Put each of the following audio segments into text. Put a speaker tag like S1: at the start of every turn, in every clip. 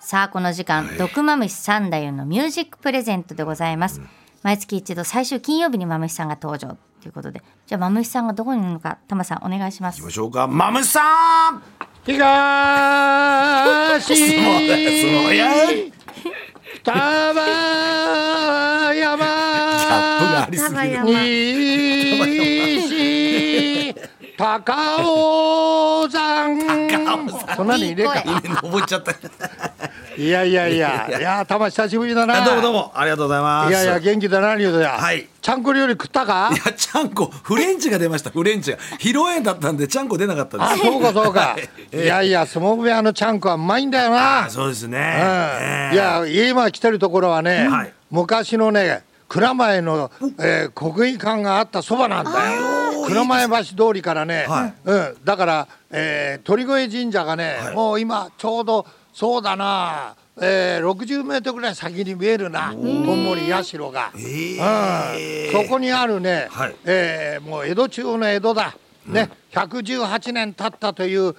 S1: さあこの時間「毒まむしサンダユのミュージックプレゼント」でございます、毎月一度最終金曜日にまむしさんが登場ということでじゃあまむしさんがどこにいるのかタマさんお願いしま
S2: き
S1: す
S2: ましょうかマムシさん
S3: 東
S2: すごいすごいキャ
S3: 玉
S2: ップが
S3: 山
S2: ありす
S1: タバ
S2: ぎ
S1: ヤ
S2: る
S1: マ
S3: 西高尾山隣に入れ
S1: いい声
S3: か
S2: 覚えちゃった
S3: いやいやいやいや玉久しぶりだな
S2: あどうもどうもありがとうございます
S3: いやいや元気だなリュウドや
S2: はい
S3: ちゃんこ料理食ったか
S2: いやちゃんこフレンチが出ましたフレンチが披露宴だったんでちゃんこ出なかった
S3: あ
S2: です
S3: そうかそ うかいやいや相撲部屋のちゃんこはうまいんだよな
S2: あそうですね、
S3: うん
S2: ええ
S3: いや今来てるところはね、
S2: はい
S3: 昔のね蔵前の、えー国技館があったそばなんだよ蔵前橋通りからね、
S2: はい
S3: うん、だから、えー鳥越神社がね、
S2: はい
S3: もう今ちょうどそうだな、えー、60メートルぐらい先に見えるなこんもり社が、
S2: ええ
S3: うん、そこにあるね、
S2: はい
S3: えーもう江戸中の江戸だ。ね、118年経ったという老舗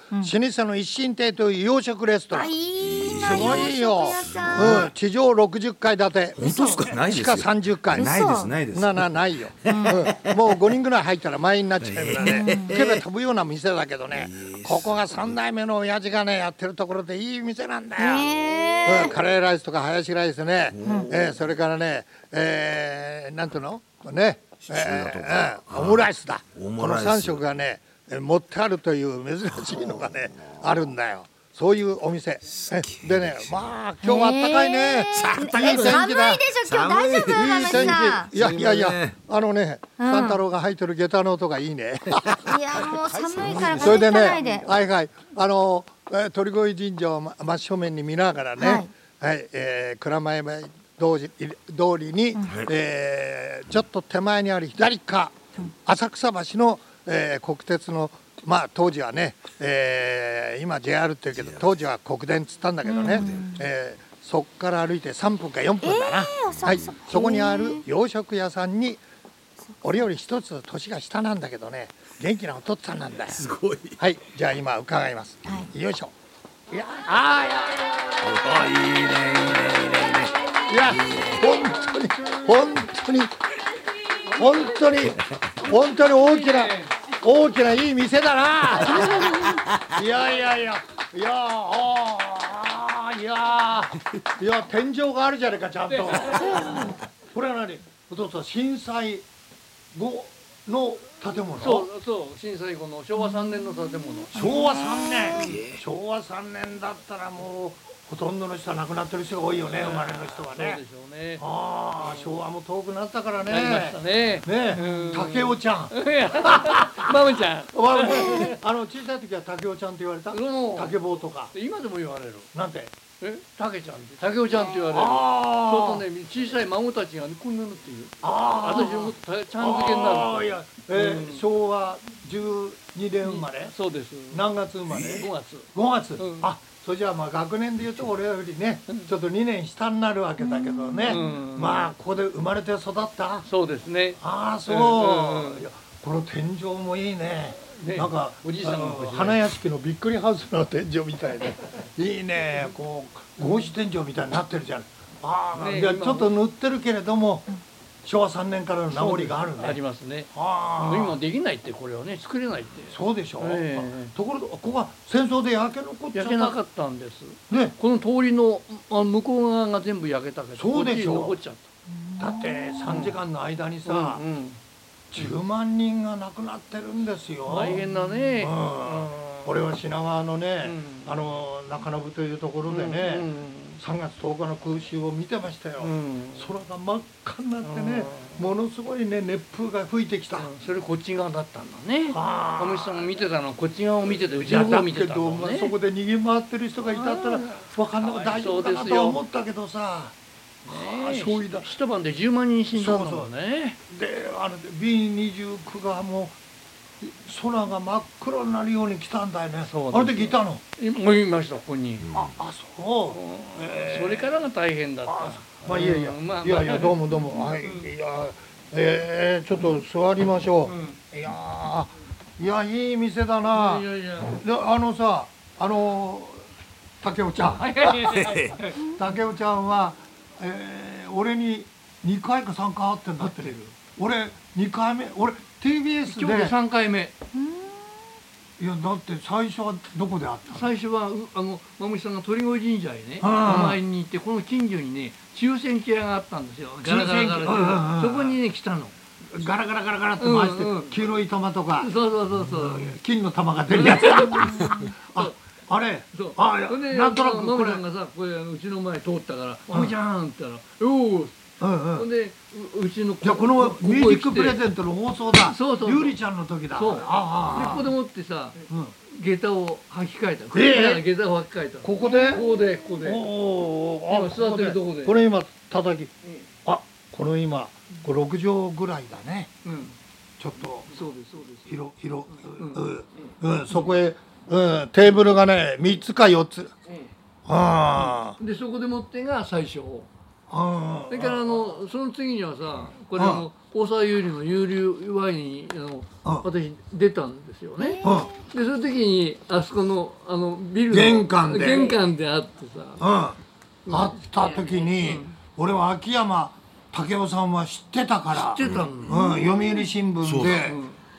S3: の一心亭という洋食レストラン、
S1: いいな
S3: すご
S1: 洋
S3: いよ
S1: 食屋さん。
S3: うん、地上六十階建て。
S2: 本当ですかないです
S3: 地
S2: よ
S3: 下三十階。
S2: ないですないです
S3: ななないよ。うんもう五人ぐらい入ったら満員になっちゃうからね。けど飛ぶような店だけどね。ここが三代目の親父がねやってるところでいい店なんだよ。
S1: ね
S3: うんカレーライスとかハヤシライスね。えーそれからね、えーなんていうのね。
S2: チューだとか
S3: えーうんオムライスだ。
S2: オ
S3: こ
S2: ム
S3: の
S2: ライス
S3: 三色がねえ持ってあるという珍しいのがねあるんだよそういうお店えでねまあ今日はあったかいね
S2: さああったか
S1: え
S2: い
S3: いい
S2: ね
S3: 天
S1: 寒
S3: 気
S1: い
S3: だ
S1: でしょ今日大丈夫
S2: 寒い
S1: マ
S3: い
S1: ム
S3: い
S1: シ
S3: 天
S1: さ
S3: 気いやいやい
S2: そう
S3: や
S2: ね
S3: あのね
S1: ん
S3: 三太郎が履いてる下駄の音がいい ね
S1: んいやもう寒いから
S3: それ
S1: 風邪ひか
S3: で
S1: ない
S3: ね
S1: で
S3: はいはいあのえー鳥越神社をま真正面に見ながら
S1: は
S3: ね
S1: い
S3: はいえー蔵前通り通りにえーちょっと手前にある左側浅草橋のえー国鉄のまあ当時はねえー今 JR っていうけど当時は国電っつったんだけどねえーそっから歩いて3分か4分だな
S1: えー浅草
S3: はいそこにある洋食屋さんに俺より一つ年が下なんだけどね元気なお父っつぁんなんだよ。
S2: すごい
S3: はい、じゃあ今伺います。
S1: は
S3: よいしょ。いや、あ
S2: あいいねいいね
S3: ーいや、いや、本当に、本当に、本当に、本当に大きな、大きないい店だな。いやいやいや、いや、あーいやー、いや、天井があるじゃねえか、ちゃんと。これは何、お父さん、震災後の建物。
S4: そうそう震災後の昭和3年の建物
S3: 昭和3年昭和3年だったらもうほとんどの人は亡くなってる人が多いよね生まれの人は
S4: そうで
S3: ね
S4: しょうね
S3: ああ昭和も遠くなったからね
S4: なりました ね
S3: ね
S4: うん
S3: 竹雄ちゃん
S4: マムちゃん
S3: わあの小さい時は竹雄ちゃんって言われた
S4: うん
S3: 竹坊とか
S4: 今でも言われる
S3: なんて
S4: え竹ちゃんって竹雄ちゃんって言われるちょ
S3: あ
S4: っとね小さい孫たちがねこんなのっていう
S3: あ
S4: 私もたちゃん付けに
S3: あ
S4: な
S3: あい
S4: る
S3: やえ
S4: う
S3: ー
S4: ん
S3: 昭和12年生まれ
S4: そうです
S3: 何月生まれ
S4: 5月
S3: 5月、
S4: うん
S3: あそれじゃあまあ学年で言うと俺よりねちょっと2年下になるわけだけどね、
S4: うん
S3: まあここで生まれて育ったあ
S4: そうですね
S3: あそう、
S4: うんうんうん
S3: いやこの天井もいいね
S4: ね
S3: なんか
S4: おじいさんの
S3: あ
S4: 星
S3: の
S4: ね
S3: 花屋敷のびっくりハウスの天井みたい でいいねこう格子天井みたいになってるじゃんああ、
S4: ね
S3: いやち
S4: 今
S3: ょっと塗ってるけれども昭和3年からの名残があるね
S4: ありますね
S3: ああ
S4: 今できないってこれはね作れないって
S3: そうでしょ、
S4: ええ
S3: ところでここは戦争で焼け残っちゃっ
S4: 焼
S3: た
S4: けなかったんです
S3: ね
S4: この通りのあ向こう側が全部焼けたけど
S3: そうでしょ
S4: こっちに残っちゃっ
S3: だって3時間の間に
S4: た
S3: さ、
S4: うんうん
S3: 10万人が亡くなってるんですよ。
S4: 大変だね
S3: うんこれは品川のね、
S4: うん
S3: あの中延というところでね、3月10日の空襲を見てましたよ、
S4: うんうん
S3: 空が真っ赤になってね、ものすごいね熱風が吹いてきた、
S4: それこっち側だったんだね
S3: あー
S4: 鴨志さんが見てたのはこっち側を見ててう
S3: い
S4: ち
S3: や
S4: の
S3: だ
S4: 方見て
S3: け
S4: た
S3: ど、
S4: んだ
S3: まあそ
S4: ね
S3: こで逃げ回ってる人がいたったら分かんなく
S4: かわ
S3: 大
S4: い
S3: 丈夫
S4: そう
S3: か
S4: ですよ
S3: なとは思ったけどさ、ああ
S4: ね
S3: 焼夷だ
S4: 一晩で10万人死んだんだもんね
S3: であの B29 がもう空が真っ黒になるように来たんだよね
S4: そう
S3: あ
S4: なん
S3: の
S4: です
S3: 時いたの
S4: もういましたここに
S3: ああそう、えー
S4: それからが大変だった
S3: あまあいやいや、
S4: うんまあまあ
S3: いやいやどうもどうもはいいやえー、ちょっと座りましょう、いやーいやいい店だない
S4: やいや
S3: であのさあの竹雄ちゃん 竹雄ちゃんは、えー俺に2回か3回会ってんだって俺2回目俺 TBS
S4: 今日で
S3: で
S4: 三回目。
S3: いやだって最初はどこで会ったの
S4: 最初はうあのまむしさんが鳥越神社へね、
S3: うん
S4: お参りに行ってこの近所にね抽選機屋があったんですよガラガラガ
S3: 抽選
S4: ラ
S3: 器うんうんうん
S4: そこにね来たの
S3: ガラガラガラガラって回して、
S4: うんうん
S3: 黄色い玉とか
S4: そうそうそう そう
S3: 金の玉が出るやつああれ
S4: そう
S3: あ
S4: ほんで
S3: なんとなく
S4: ま
S3: こ
S4: む
S3: れ
S4: さんがさこれうちの前通ったから「まむちゃん」って言ったら「よー
S3: うんう
S4: ほん
S3: ん
S4: でううちの
S3: じゃあこのミュージックプレ
S4: ン
S3: ゼントの放送だ
S4: そうそうそう
S3: ゆりちゃんの時だ
S4: そうで
S3: あ
S4: こ
S3: あ
S4: こでもってさ
S3: うん
S4: 下駄を履き替えたの
S3: ええ
S4: 下駄を履き替えたの
S3: ここで
S4: ここでここで
S3: おー
S4: 今座ってるとこで
S3: これ今叩きあこの今これ6畳ぐらいだね
S4: うん
S3: ちょっと
S4: そうですそうです
S3: 広広うん、うん、そこへ、うん、テーブルがね3つか4つ
S4: え
S3: あ
S4: えでそこでもってが最初
S3: ああ
S4: それからあのその次にはさこれ
S3: う
S4: あ
S3: ん
S4: の大沢優里の有流ワインにあの
S3: あ
S4: 私出たんですよね
S3: あ
S4: でその時にあそこのあのビルの
S3: 玄関で
S4: 玄関であってさ
S3: うん会った時に俺は秋山武雄さんは知ってたから
S4: 知ってたの
S3: うん、読売新聞
S2: そうだ
S3: で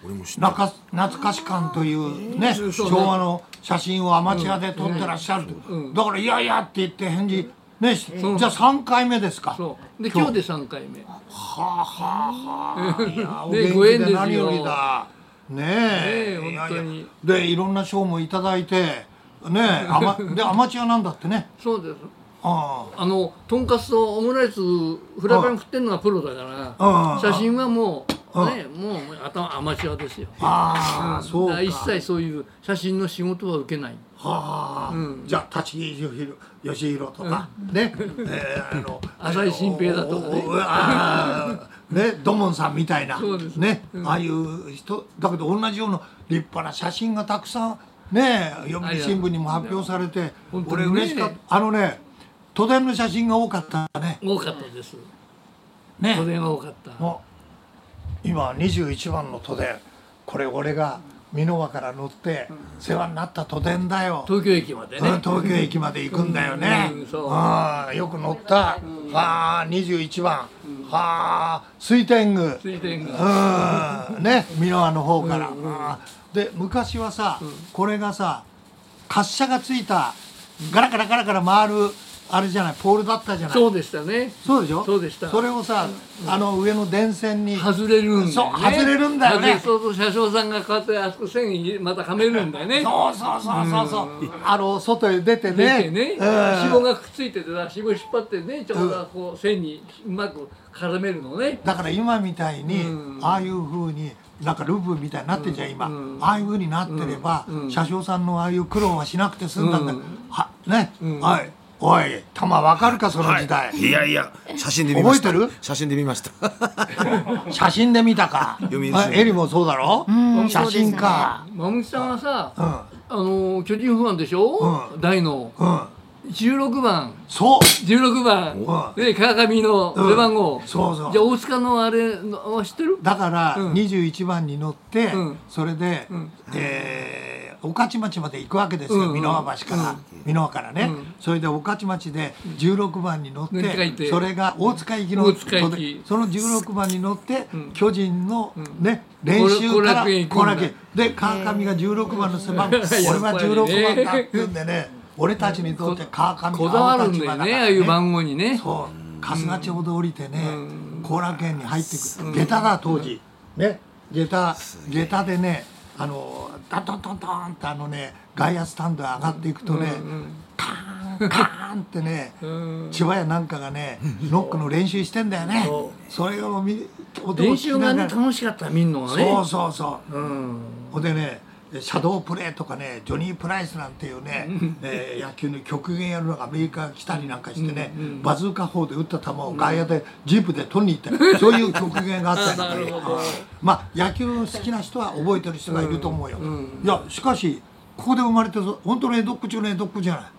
S2: 俺も知ってる
S3: 中懐かし館というね
S4: そう
S3: 昭和の写真をアマチュアで撮ってらっしゃる
S4: うん
S3: だから「いやいや」って言って返事ねし
S4: そう
S3: じゃあ3回目ですか
S4: そうで今日で3回目
S3: はあはあ はあいやお
S4: ね
S3: 元
S4: ご
S3: 気
S4: 縁で
S3: です
S4: よ
S3: 何よりだねえ
S4: ねえ
S3: いやいや
S4: 本当に
S3: でいろんな賞もいただいてねえアマでアマチュアなんだってね
S4: そうです
S3: あ
S4: あのとんかつとオムライスフライパン食ってんのがプロだ
S3: あ
S4: か
S3: あ
S4: ら写真はもう
S3: あ
S4: ねもう頭アマチュアですよ
S3: あああそう
S4: だら
S3: か
S4: 一切そういう写真の仕事は受けない
S3: はあ、
S4: うん
S3: じゃあ立木義弘とか、ね、えー、あの
S4: 浅井新平だとかね
S3: おおおあーね土門さんみたいな
S4: そうです
S3: ね、ああいう人だけど同じような立派な写真がたくさんね読売新聞にも発表されて
S4: 本当
S3: 俺
S4: にね
S3: 嬉しかったあのね都電の写真が多かったね
S4: 多かったです
S3: ね
S4: 都電は多かった
S3: もう今21番の都電これ俺が美濃輪から乗って世話になった都電だよ。
S4: 東京駅まで
S3: うん
S4: ね
S3: 東京駅まで行くんだよね。
S4: うんそう
S3: ああよく乗った。ああ21番。ああ水天宮。
S4: 水天が
S3: うんね美濃輪の方から。あーで昔はさこれがさ滑車がついたガラガラガラガラ回るあれじゃないポールだったじゃない。
S4: そうでしたね
S3: そうでしょ
S4: そうでした
S3: それをさあの上の電線に
S4: 外れるんだよね
S3: そう外れるんだよね
S4: 外れそうそう車掌さんがこうやってあそこ線入れまたはめるんだよね
S3: そうそうそうそうそうあの外へ出て
S4: 出
S3: ね
S4: てね、
S3: うん
S4: 脂肪がくっついててさ、脂肪引っ張ってね、ちょうどこう線にうまく絡めるのね。
S3: だから今みたいに、
S4: うん
S3: ああいうふうになんかルブみたいになってんじゃん今、
S4: うん
S3: ああいうふうになってれば、
S4: うん
S3: 車掌さんのああいう苦労はしなくて済んだんだ、
S4: うん
S3: はね、
S4: ん
S3: おいおい玉わかるかその時代、
S2: いやいや写真で見ました
S3: 覚えてる
S2: 写真で見ました
S3: 写真で見たか
S2: 読売新聞
S3: あエリもそうだろ、
S1: ん
S3: 写真か
S4: まむちさんはさ、
S3: う,、
S4: あのー巨人ファンでしょ、
S3: う
S4: 大の
S3: んうん
S4: 16番、
S3: そう
S4: 16番、
S3: う
S4: で川上の
S3: うん
S4: 背番号、
S3: そうそう
S4: じゃあ大塚のあれのあ知ってる？
S3: だから
S4: うん
S3: 21番に乗って、
S4: うん
S3: それで、
S4: ん
S3: えー御徒町まで行くわけですよ、
S4: うんうん
S3: 美濃輪橋から、美濃輪からね、
S4: うん
S3: それで御徒町で16番に乗って、
S4: 乗って帰って
S3: それが大塚行きの
S4: 大塚行き
S3: その16番に乗って、
S4: ん
S3: 巨人の、ね練習
S4: 後
S3: から
S4: 楽園行くんだ
S3: 楽園で川上が16番の背番号、
S4: うん
S3: 俺は16番だ
S4: や
S3: っ
S4: っぱりね
S3: て言うんでね俺たちにとって川上
S4: こだわる
S3: 青
S4: んだよ
S3: 立場
S4: ね、
S3: から
S4: ああいう番号にね。
S3: そう春日町で降りてね後楽園に入ってくる下駄だ当時ね下駄下駄でねあのダンダンダンダンってあのね外野スタンドへ上がっていくとねカーンカーンってね
S4: うん
S3: 千葉やなんかがねノックの練習してんだよね
S4: そ
S3: それを見音を
S4: 練
S3: 聞き
S4: 習
S3: な
S4: が
S3: が
S4: ね
S3: ら
S4: 楽しかった見んのがね。
S3: そうそうそう
S4: うん。
S3: ほんでねシャドープレーとかねジョニー・プライスなんていうね、えー野球の極限やるのがアメリカ来たりなんかしてね、バズーカ砲で打った球を外野でジープで取りに行って、そういう極限があ ったりとかねまあ野球好きな人は覚えてる人がいると思うよ、いやしかしここで生まれてそ本当の江戸っ子中の江戸っ子じゃ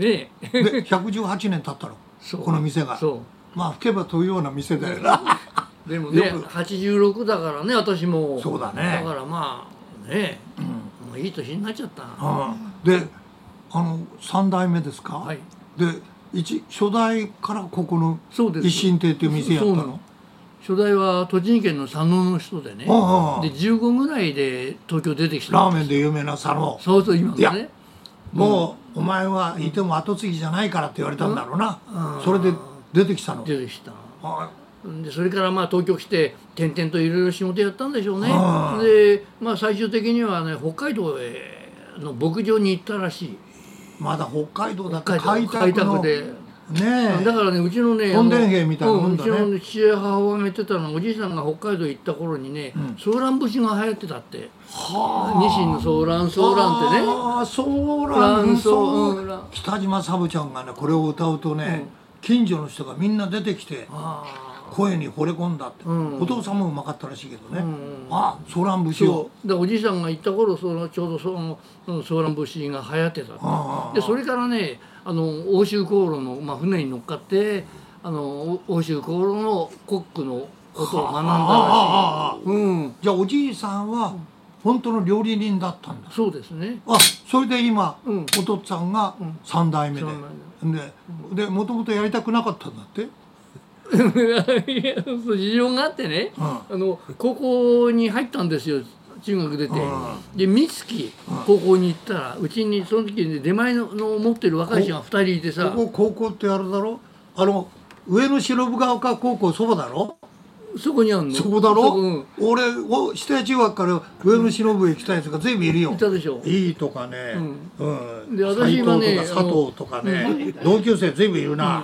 S3: ない
S4: ねえ。
S3: で118年経ったの
S4: そう
S3: この店が
S4: そ
S3: まあ吹けば飛ぶような店だよな
S4: う。でもね、
S3: よく
S4: 86だからね、私も。
S3: そうだね
S4: だからまあね、もういい年になっちゃった。
S3: うんであの三代目ですか、
S4: はい
S3: で一初代からここの
S4: そうです
S3: 一心亭っていう店やった
S4: そうな
S3: の
S4: の初代は栃木県の佐野の人でねで
S3: ああ
S4: 15ぐらいで東京出てきた
S3: ラー
S4: ン
S3: メンで有名な佐野
S4: そうそう今の
S3: いや
S4: ね
S3: もう、お前はいても後継ぎじゃないからって言われたんだろうな、それで出てきたの
S4: 出てきた
S3: あ
S4: でそれからまあ東京来て転々といろいろ仕事やったんでしょうね
S3: ああ
S4: でまあ最終的にはね北海道への牧場に行ったらしい
S3: まだ北海道だって
S4: 北
S3: 開
S4: 海道
S3: 拓の
S4: 開拓で
S3: ねえ
S4: だからねうちのね
S3: 屯田兵みたいなもんだね
S4: あのうんうちの父親母親が言ってたのはおじいさんが北海道行った頃にねソーラン節が流行ってたってニシンのソーランソーランってね
S3: ああソーランソ
S4: ソーラ
S3: ー
S4: ン
S3: 北島サブちゃんがねこれを歌うとね、近所の人がみんな出てきて声に惚れ込んだって、
S4: ん
S3: お父さんもうまかったらしいけどね、ああソーラン節を
S4: そうでおじいさんが行った頃そのちょうどそのうんソーラン節が流行ってた
S3: あ
S4: でそれからねあの欧州航路の、まあ、船に乗っかってあの欧州航路のコックのことを学んだら
S3: ああ
S4: しい、うん、
S3: じゃあおじいさんは本当の料理人だったんだ
S4: そうですね
S3: あそれで今、
S4: うん
S3: お父さんが3代目で、
S4: 三代
S3: でもともとやりたくなかったんだって
S4: いやそう事情があってね、あの高校に入ったんですよ中学出て、で美月高校に行ったらうちにその時に出前のの持ってる若い人が2人いてさ
S3: ここ高校ってあれだろあの上野白部ヶ丘高校そばだろ
S4: そこにあるの
S3: そこだろ、
S4: うん
S3: 俺お下谷中学から上野忍部へ来たやつが全部いるよ、
S4: いたでしょ
S3: いいとかね、うん
S4: で私はね
S3: 斉藤とか佐藤とかね同級生全部いるな、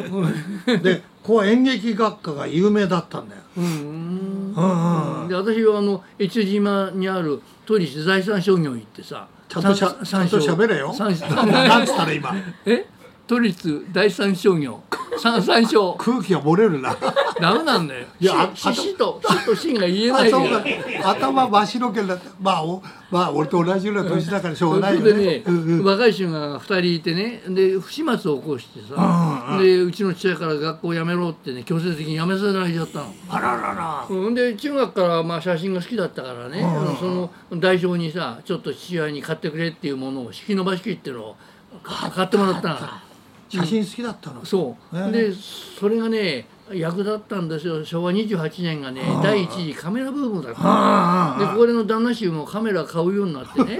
S3: でここは演劇学科が有名だったんだよ、
S4: うん
S3: うんうん
S4: で私はあの越中島にある都立財産商業行ってさ
S3: ちゃんとしゃ
S4: 三
S3: ちゃんと喋れよ
S4: 三商
S3: なんつったら今
S4: え都立第三商業三三商
S3: 空気が漏れるな
S4: ダメなんだよ
S3: いやあ
S4: しししとしとしんが言え
S3: あ
S4: ない
S3: そう
S4: よ
S3: か頭真っ白けになってまあおまあ俺と同じような年だからしょうがないよね
S4: でね、
S3: うんうん
S4: 若い衆が2人いてねで不始末を起こしてさ、でうちの父親から学校辞めろってね強制的に辞めさせられちゃったの
S3: あららら
S4: うんで中学からまあ写真が好きだったからね、あのその代表にさちょっと父親に買ってくれっていうものを引き伸ばし切っていうのをか買ってもらったの
S3: 写真好きだったの、
S4: そう、
S3: ええ
S4: でそれがね役立ったんですよ昭和28年がね第一次カメラブームだったでこれの旦那衆もカメラ買うようになっ てね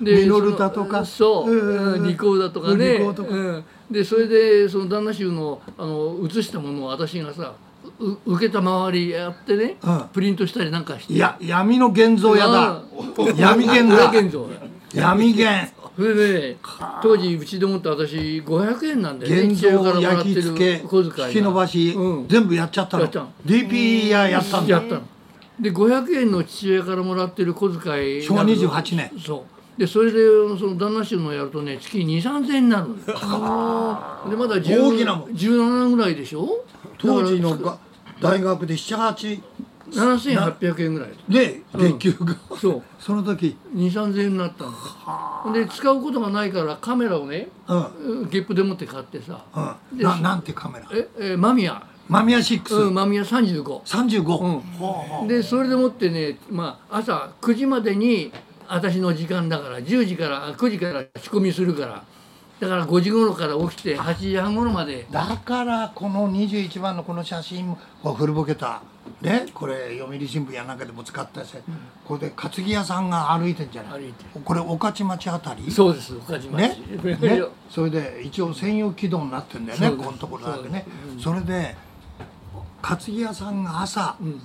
S4: で
S3: ミノルタとか
S4: そのそう、
S3: うんうんうん
S4: リコーダーとかね
S3: リコーダーとか
S4: うん、でそれでその旦那衆のあの写したものを私がさう受けたまわりやってね、
S3: うん
S4: プリントしたりなんかして
S3: いや闇の現像屋だ
S4: うん
S3: 闇現だ
S4: 闇現像だ
S3: 闇現
S4: それで、ね、当時うちでもって私500円なんでね
S3: 現
S4: 父親から
S3: 像
S4: もらっ
S3: 焼き
S4: てる
S3: 付け
S4: 小遣いが
S3: 引き伸ばし、
S4: うん
S3: 全部やっちゃった
S4: や
S3: の
S4: っちゃう
S3: DP ややったん
S4: や
S3: だ
S4: ったので500円の父親からもらってる小遣い
S3: 昭和28年
S4: そうでそれでその旦那衆のやるとね月2 3千円になるのよでまだ10
S3: 大きなもん
S4: 17ぐらいでしょ
S3: 当時のが大学で78
S4: 7800円ぐらい
S3: で月給が、
S4: そう
S3: その時、
S4: 2 3千円になったので使うことがないからカメラをね
S3: うんうん
S4: ゲップでもって買ってさで
S3: ななんてカメラ
S4: ええマミヤ
S3: マミヤ6、
S4: う
S3: ク
S4: んマミヤ35
S3: ス35、
S4: うんでそれでもってね、まあ、朝9時までに私の時間だから10時からあ9時から仕込みするからだから5時頃から起きて8時半頃まで
S3: だからこの21番のこの写真もこう古ぼけたねこれ読売新聞やなんかでも使ったやつ、これで担ぎ屋さんが歩いてんじゃない
S4: 歩いて
S3: これ御徒町あたり
S4: そうです岡島
S3: ね
S4: 市
S3: ねそれで一応専用軌道になってんだよね
S4: そうです
S3: ここのところだけねそ,、れで担ぎ屋さんが朝、
S4: ん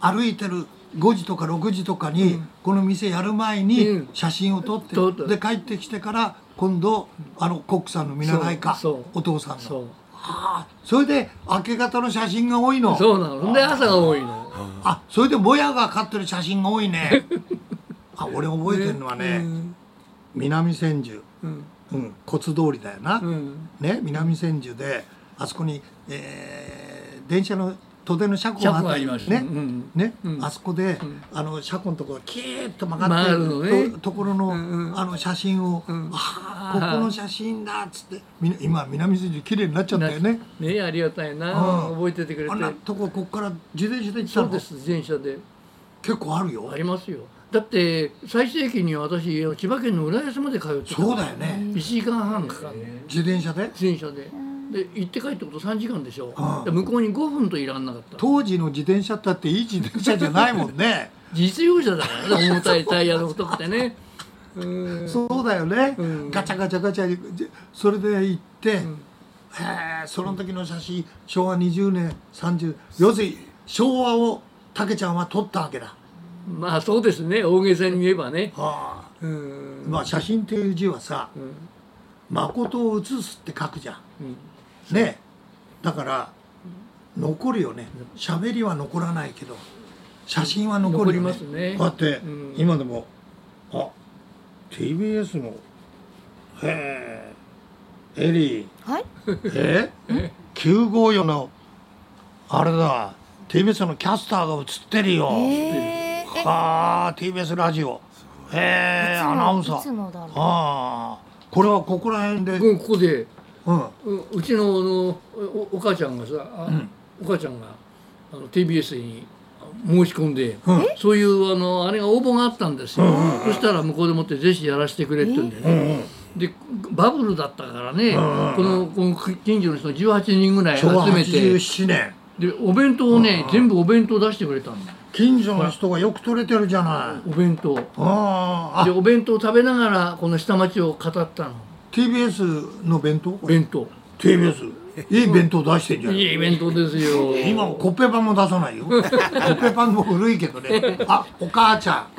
S3: 歩いてる5時とか6時とかに、この店やる前
S4: う
S3: に
S4: ん
S3: 写真を撮って、
S4: 撮った
S3: で帰ってきてから今度あのコックさんの見習いか
S4: そうそう
S3: お父さんの
S4: そう
S3: ああそれで明け方の写真が多いの
S4: そうなのほんで朝が多いの
S3: あそれでもやが飼ってる写真が多いね あ俺覚えてるのはね、南千住、うん骨通りだよな、
S4: ん
S3: ね南千住であそこに、えー電車の都電の車庫があった
S4: 車庫がありました
S3: ね,、
S4: うんうん
S3: ね
S4: うん
S3: あそこで、あの車庫のところキーッと曲がって
S4: 曲がるのね
S3: とところの,、
S4: んうん
S3: あの写真を、ああここの写真だっつってみな今南千住綺麗になっちゃったよね。
S4: ねありがたいな
S3: うん
S4: 覚えててくれて
S3: あんなとここっから自転車で行ってた
S4: そう
S3: の
S4: です自転車で
S3: 結構あるよ
S4: ありますよだって最盛期には私千葉県の浦安まで通ってた
S3: そうだよね
S4: 1時間半かかるね
S3: 自転車で
S4: 自転車でで行って帰ってこと3時間でしょ
S3: ああ
S4: で向こうに5分といらんなかった
S3: 当時の自転車ってあっていい自転車じゃないもんね
S4: 実用車だからね重たいタイヤの太くてねうん
S3: そうだよね、
S4: ん
S3: ガチャガチャガチャじそれで行って、へえその時の写真昭和20年30要するに昭和をたけちゃんは撮ったわけだ、
S4: まあそうですね大げさに言えばね
S3: はあ
S4: うん
S3: まあ写真っていう字はさ、
S4: ん
S3: 誠を写すって書くじゃん
S4: うん
S3: ねだから残るよね喋りは残らないけど写真は残るよね
S4: 残りますね
S3: だって、
S4: うん
S3: 今でもあ TBS のへえエリ
S1: はい
S3: ーえ954のあれだ TBS のキャスターが映ってるよ、
S1: えー、え
S3: はあ TBS ラジオへえ
S1: いつの
S3: アナウンサ
S1: いつ
S3: ー
S1: のだろう
S3: ああこれはここら辺で、
S4: うんここで
S3: うん
S4: うんうちのあのおお母ちゃんがさ、あ
S3: ん
S4: お母ちゃんがあの TBS に申し込んで、
S3: うんえ
S4: そういうあのあれが応募があったんですよ、
S3: うんうん
S4: そしたら向こうでもってぜひやらせてくれって言うんで
S3: う
S4: ね、
S3: んうん
S4: でバブルだったからね、
S3: んうん
S4: このこの近所の人18人ぐらい集
S3: 昭和
S4: めて
S3: 87年
S4: でお弁当をね、全部お弁当出してくれたの
S3: 近所の人がよく取れてるじゃない。
S4: お弁当で
S3: あーあ、
S4: お弁当を食べながらこの下町を語ったの
S3: TBS の弁当
S4: 弁当
S3: ?TBS。いい弁当出してんじゃないい
S4: い弁当ですよ
S3: 今はコッペパンも出さないよ。コッペパンも古いけどね。あ、お母ちゃん。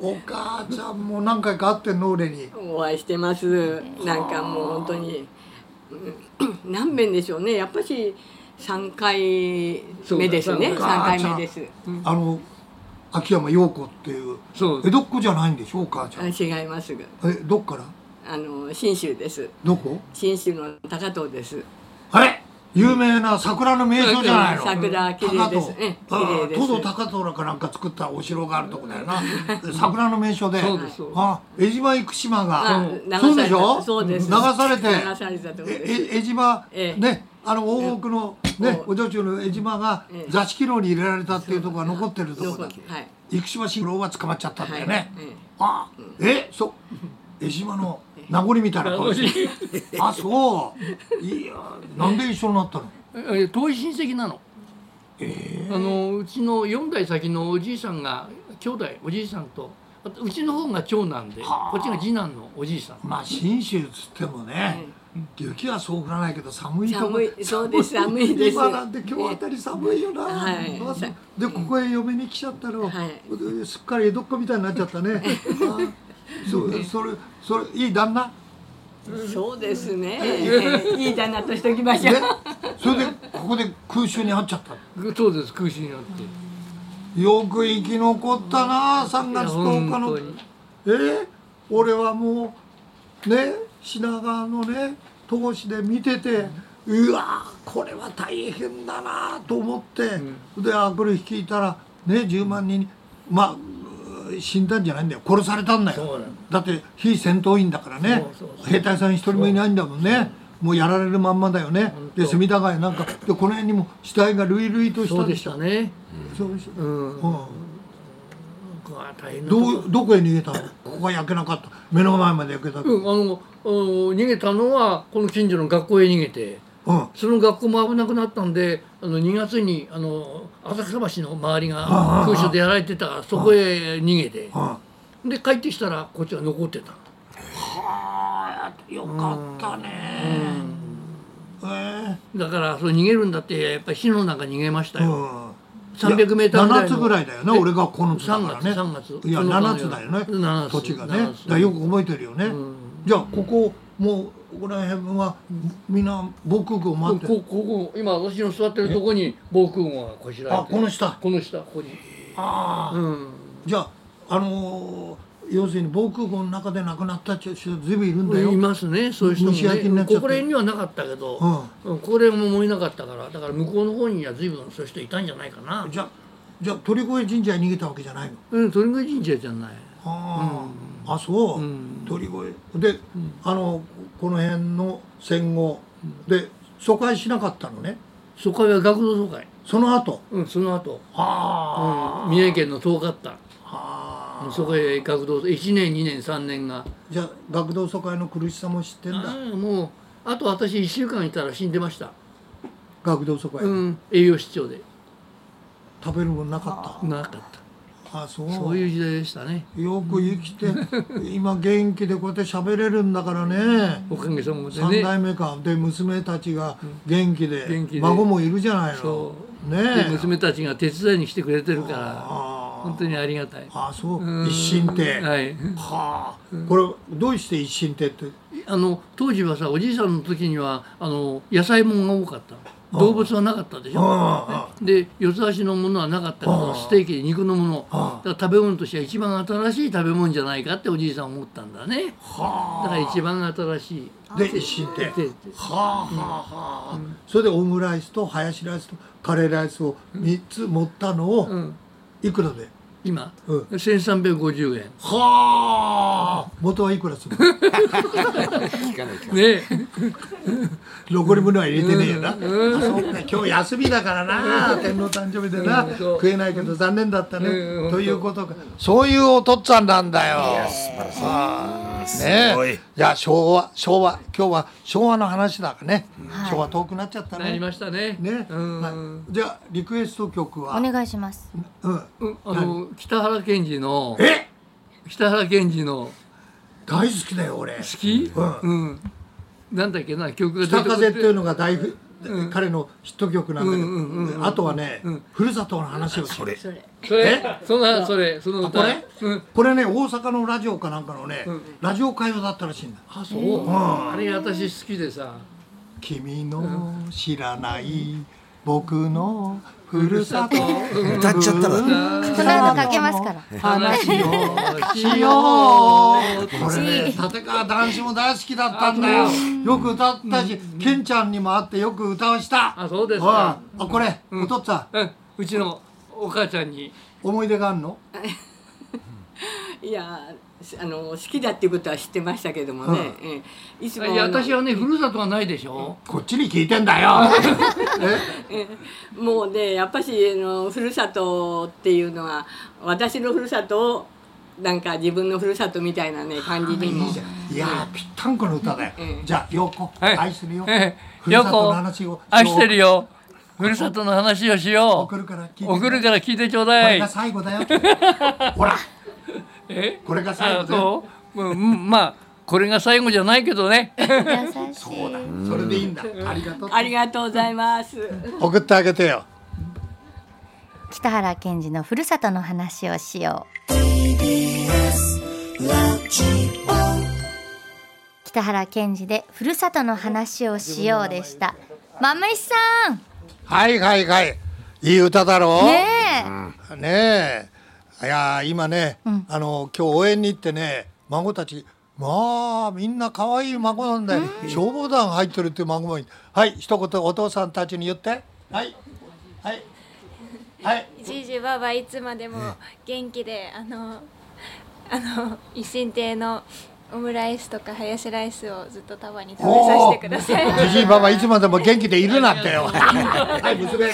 S3: お母ちゃんも何回か会ってんの俺に。
S5: お会いしてますなんかもう本当にうん何遍でしょうねやっぱし3回目ですね
S4: そう
S5: 3
S4: だ
S5: 回目です、うん
S3: あの、秋山陽子っていう。
S4: そう
S3: 江戸っ子じゃないんでしょ、お母ちゃ
S5: あ
S3: ん。
S5: 違います
S3: え、どっから
S5: あの信州です
S3: どこ
S5: 信州の高遠です
S3: え有名な桜の名所じゃないの。
S5: 桜綺麗ですええ綺麗です
S3: 東堂高虎かなんか作ったお城があるとこだよ な桜の名所で
S4: そうですそうです
S3: あ江島生島が
S5: あ流
S3: そう
S5: さ
S3: で
S5: れ
S3: しょ
S5: たそうです
S3: 流されて
S5: 流されたとこです
S3: え江島
S5: ええ
S3: ねあの大奥のね
S5: お
S3: お女中の江島が
S5: ええ
S3: 座敷牢に入れられたっていうとこが残ってるとこ
S5: 残
S3: だ
S5: ってはい
S3: 生島新郎は捕まっちゃったんだよ
S5: はい
S3: ね
S5: ええ
S3: あえそう江島の名残みたいな顔してあそういやなんで一緒になったの
S4: え遠い親戚なの。あのうちの4代先のおじいさんが兄弟おじいさんとあとうちの方が長男で
S3: はあ
S4: こっちが次男のおじいさん
S3: まあ信州っつってもね、雪はそう降らないけど寒いとこ
S5: 寒いそうです寒いです
S3: 今なんて今日あたり寒いよな、
S5: はい
S3: まあそうでここへ嫁に来ちゃったら、
S5: はい
S3: すっかり江戸っ子みたいになっちゃったねああそうそれそれいい旦那
S5: そうです ねいい旦那としておきましょ
S3: ね
S5: う
S3: それでここで空襲に遭っちゃった
S4: そうです空襲になって
S3: よく生き残ったな3
S4: いや
S3: 月10日
S4: 本
S3: の
S4: 当に
S3: えー俺はもうね品川のね投資で見ててうわーこれは大変だなと思って、でアクル率いたらね10万人にまあうー死んだんじゃないんだよ殺されたんだ
S4: そう
S3: よ
S4: なの
S3: だって非戦闘員だからね
S4: そうそうそう
S3: 兵隊さん一人もいないんだもんねもうやられるまんまだよね
S4: 当
S3: で隅田川やなんかでこの辺にも死体が類々とした
S4: そうでしたね
S3: そうでした
S4: うん
S3: う
S4: こ
S3: ん
S4: こは大変なとこ
S3: どうどこへ逃げたのここが焼けなかった目の前まで焼けたけど
S4: うんあのあの逃げたのはこの近所の学校へ逃げて
S3: うん
S4: その学校も危なくなったんであの2月にあの浅草橋の周りが空襲でやられてたからそこへ逃げて
S3: うん
S4: で帰ってきたらこっちは残ってた
S3: はあよかったねええ
S4: だからそれ逃げるんだってやっぱり火の中逃げました
S3: う
S4: よ、
S3: ん
S4: 300メーターぐらいの
S3: 7つぐらいだよね俺がこのつだからね
S4: 3月3月
S3: いや
S4: その
S3: 7
S4: 間の
S3: つだよね
S4: 7つ
S3: 土地がねだ
S4: 7
S3: か
S4: つ
S3: らよく覚えてるよね、
S4: ん
S3: じゃあここもうここら辺はみんな防空壕もあ
S4: こ
S3: って
S4: ここ今私の座ってるとこに防空壕がこしらえて
S3: あこの下
S4: この下ここに
S3: ああ
S4: うん
S3: じゃああのー要するに防空壕の中で亡くなった人ずいぶんいるんだよ
S4: いますねそういう人
S3: 蒸し焼きに
S4: も
S3: な
S4: ね
S3: っちゃって
S4: ここら辺にはなかったけど、うんこれも燃えなかったからだから向こうの方には随分そういう人いたんじゃないかな
S3: じゃあじゃあ鳥越神社に逃げたわけじゃないの
S4: うん鳥越神社じゃない
S3: ああ、あそう、
S4: ん
S3: 鳥越で、あのこの辺の戦後で疎開しなかったのね
S4: 疎開は学童疎開
S3: その後
S4: うんその後、
S3: あ
S4: うん、三重県の遠かった
S3: あ、あ
S4: 疎開学童1年2年3年が
S3: じゃあ学童疎開の苦しさも知ってんだ
S4: ああもうあと私1週間いたら死んでました、
S3: 学童疎開、
S4: うん、栄養失調で
S3: 食べるもんなかっ
S4: なかった
S3: たあそう
S4: そういう時代でしたね
S3: よく生きて今元気でこうやって喋れるんだからね
S4: おかげさまで
S3: 三代
S4: ね
S3: 目かで娘たちが元気で
S4: 元気で
S3: 孫もいるじゃないの
S4: そ
S3: ね
S4: で
S3: え
S4: 娘たちが手伝いに来てくれてるから
S3: あ
S4: 本当にありがたい
S3: ああそう
S4: うん
S3: 一心亭は
S4: はい
S3: あこれどうして一心亭って
S4: あの当時はさおじいさんの時にはあの野菜もんが多かったの動物はなかったでしょで四つ足のものはなかったからステーキで肉のものだから食べ物としては一番新しい食べ物じゃないかっておじいさん思ったんだねだから一番新しい
S3: で一心亭
S4: で
S3: はあはあはあ、それでオムライスとハヤシライスとカレーライスを3つ持ったの
S4: う
S3: を
S4: ん、
S3: いくらで、
S4: 今、
S3: うん
S4: 1350円
S3: はあ元はいくらする の
S2: 聞かない聞かない
S4: ね
S3: 残り物は入れてねえよな、あそうか今日休みだからな天皇誕生日でな、
S4: うんそう
S3: 食えないけど残念だったね、
S4: うん
S3: ということかそういうお父っつぁんなんだよ
S2: すご
S3: ね
S2: い
S3: じゃあ昭和昭和今日は昭和の話だからね、
S1: はい
S3: 昭和遠くなっちゃった
S4: なり
S3: ね
S4: ましたね
S3: ね、
S4: うん、
S3: はい、じゃあリクエスト曲は
S1: お願いします
S3: うん、
S4: うんあの北原賢治の
S3: え
S4: 北原賢治の
S3: 大好きだよ俺
S4: 好き、
S3: うん
S4: うん、なんだっけな曲が
S3: 北風っていうの
S4: が
S3: が大ふ、彼のヒット曲なんだけど、
S4: うんうんうんうん
S3: あとはね、ふるさとの話をし
S2: それ
S5: それ
S4: それそんなそれその
S3: あ
S4: 歌
S3: これ、
S4: うん、
S3: これね大阪のラジオかなんかのね、ラジオ会話だったらしいんだ
S4: あそう、あれ私好きでさ
S3: 「君の知らない僕のふるさと」
S2: 歌っちゃったら
S1: この後かけますから
S3: 話をしようこれね立川談志も大好きだったんだよよく歌ったし、ケンちゃんにも会ってよく歌をした
S4: あそうです
S3: うんあ
S4: か
S3: これ、お父っつぁん
S4: うんうちのお母ちゃんに
S3: 思い出があるの
S5: いやあの好きだっていうことは知ってましたけどもね、ええいつ
S4: い
S5: も
S4: や
S5: あの
S4: 私はねふるさとはないでしょ、
S3: こっちに聞いてんだよ。
S5: もうねやっぱしあのふるさとっていうのは私のふるさとをなんか自分のふるさとみたいなね感じにも
S3: いやー、ぴったんこの歌だよ
S5: え。え
S3: じゃあ、陽子、
S4: はい
S3: 愛してるよ。
S4: え
S3: ふ
S4: え
S3: る
S4: よ
S3: さとの
S4: く
S3: 話を。
S4: 愛してる
S3: よ。
S4: よふるさとの話をしよ
S3: 送るから聞いて
S4: う
S3: くれ
S4: 送るから聞いてちょう
S3: こ
S4: だ
S3: れ
S4: い
S3: が最後だ よ。ほら、
S4: え
S3: これが最後
S4: あ
S3: だよ。
S4: そううんうんまあこれが最後じゃないけどね
S1: 優しい
S3: それでいいんだ。ありがとう。
S5: ありがとうございます。
S3: 送ってあげてよ。
S1: 北原賢治のふるさとの話をしよう北原賢治でふるさとの話をしようでしたマムシさん
S3: はいはいはい。いい歌だろう。
S1: ね
S3: ねえいやー今ね、あの今日応援に行ってね孫たちまあみんな可愛い孫なんだよ、消防団入ってるっていう孫もいるはい一言お父さんたちに言ってはいはいはい
S6: じじばばいつまでも元気であのあの一心亭のオムライスとかハヤシライスをずっとたまに食べさせてください。
S3: じじいばばいつまでも元気でいるなんてよはい娘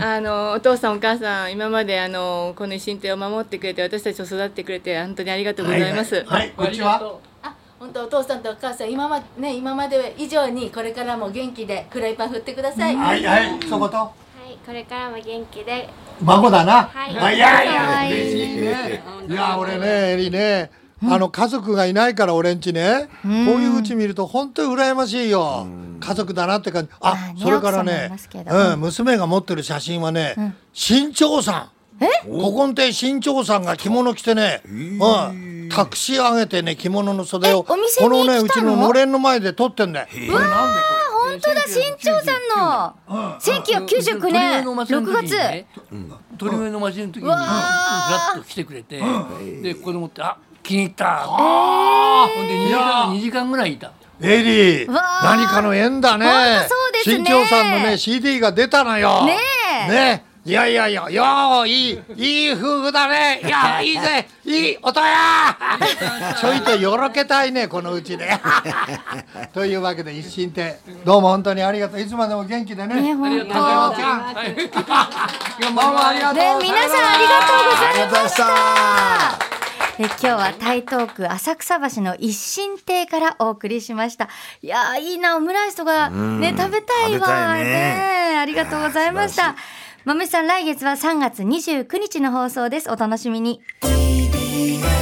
S7: あのお父さんお母さん今まであのこの一心亭を守ってくれて私たちを育ってくれて本当にありがとうございます。
S3: はい、はい、こっち は
S8: あ本当お父さんとお母さん今ま,、ね、今まで以上にこれからも元気でフライパン振ってください、
S3: はいはい一言
S6: はい、これからも元気で
S3: 孫だな。
S6: はい
S3: い、いやい
S1: かわ
S3: や、
S1: い
S3: いいね。いや、俺ね、エリね。あの家族がいないから俺んちね、こういううち見ると本当に羨ましいよ、家族だなって感じあ
S1: あね
S3: それから
S1: 奥様い
S3: ね
S1: ますけど
S3: うん、娘が持ってる写真はね、新潮さんここんて新潮さんが着物着てね、うん、タクシー上げてね着物の袖を
S1: えお店に
S3: このね
S1: 来
S3: う
S1: た
S3: ち
S1: の
S3: ののれんの前で撮ってんだよこれなんでこれ
S1: あ本当だ新潮さんの1999年6月
S4: 鳥越の町の時にふらっと来てくれてでここでもって「あ気に入った」ほんで2時間二時間ぐらいいた
S3: エリー
S1: わー
S3: 何かの縁だね
S1: ほんとそうですね
S3: 新潮さんのね CD が出たのよ
S1: ねえ
S3: ねえいやいやいや、よー、いい、いい夫婦だね。いや、いいぜ、いい、お とや。ちょいとよろけたいね、このう ちで。というわけで、一心亭、どうも本当にありがとう。いつまでも元気でね。
S1: ね本
S3: 高山ち
S1: 当。
S3: ゃん。どうもありがとう。
S1: ね皆さんありがとうございます
S2: ありがとうございました。
S1: え今日は台東区浅草橋の一心亭からお送りしましたいやーいいなオムライスとかね、食べたい
S2: 食べ
S1: わ
S2: たいね
S1: えありがとうございましたまむしさん来月は3月29日の放送ですお楽しみに
S9: TBS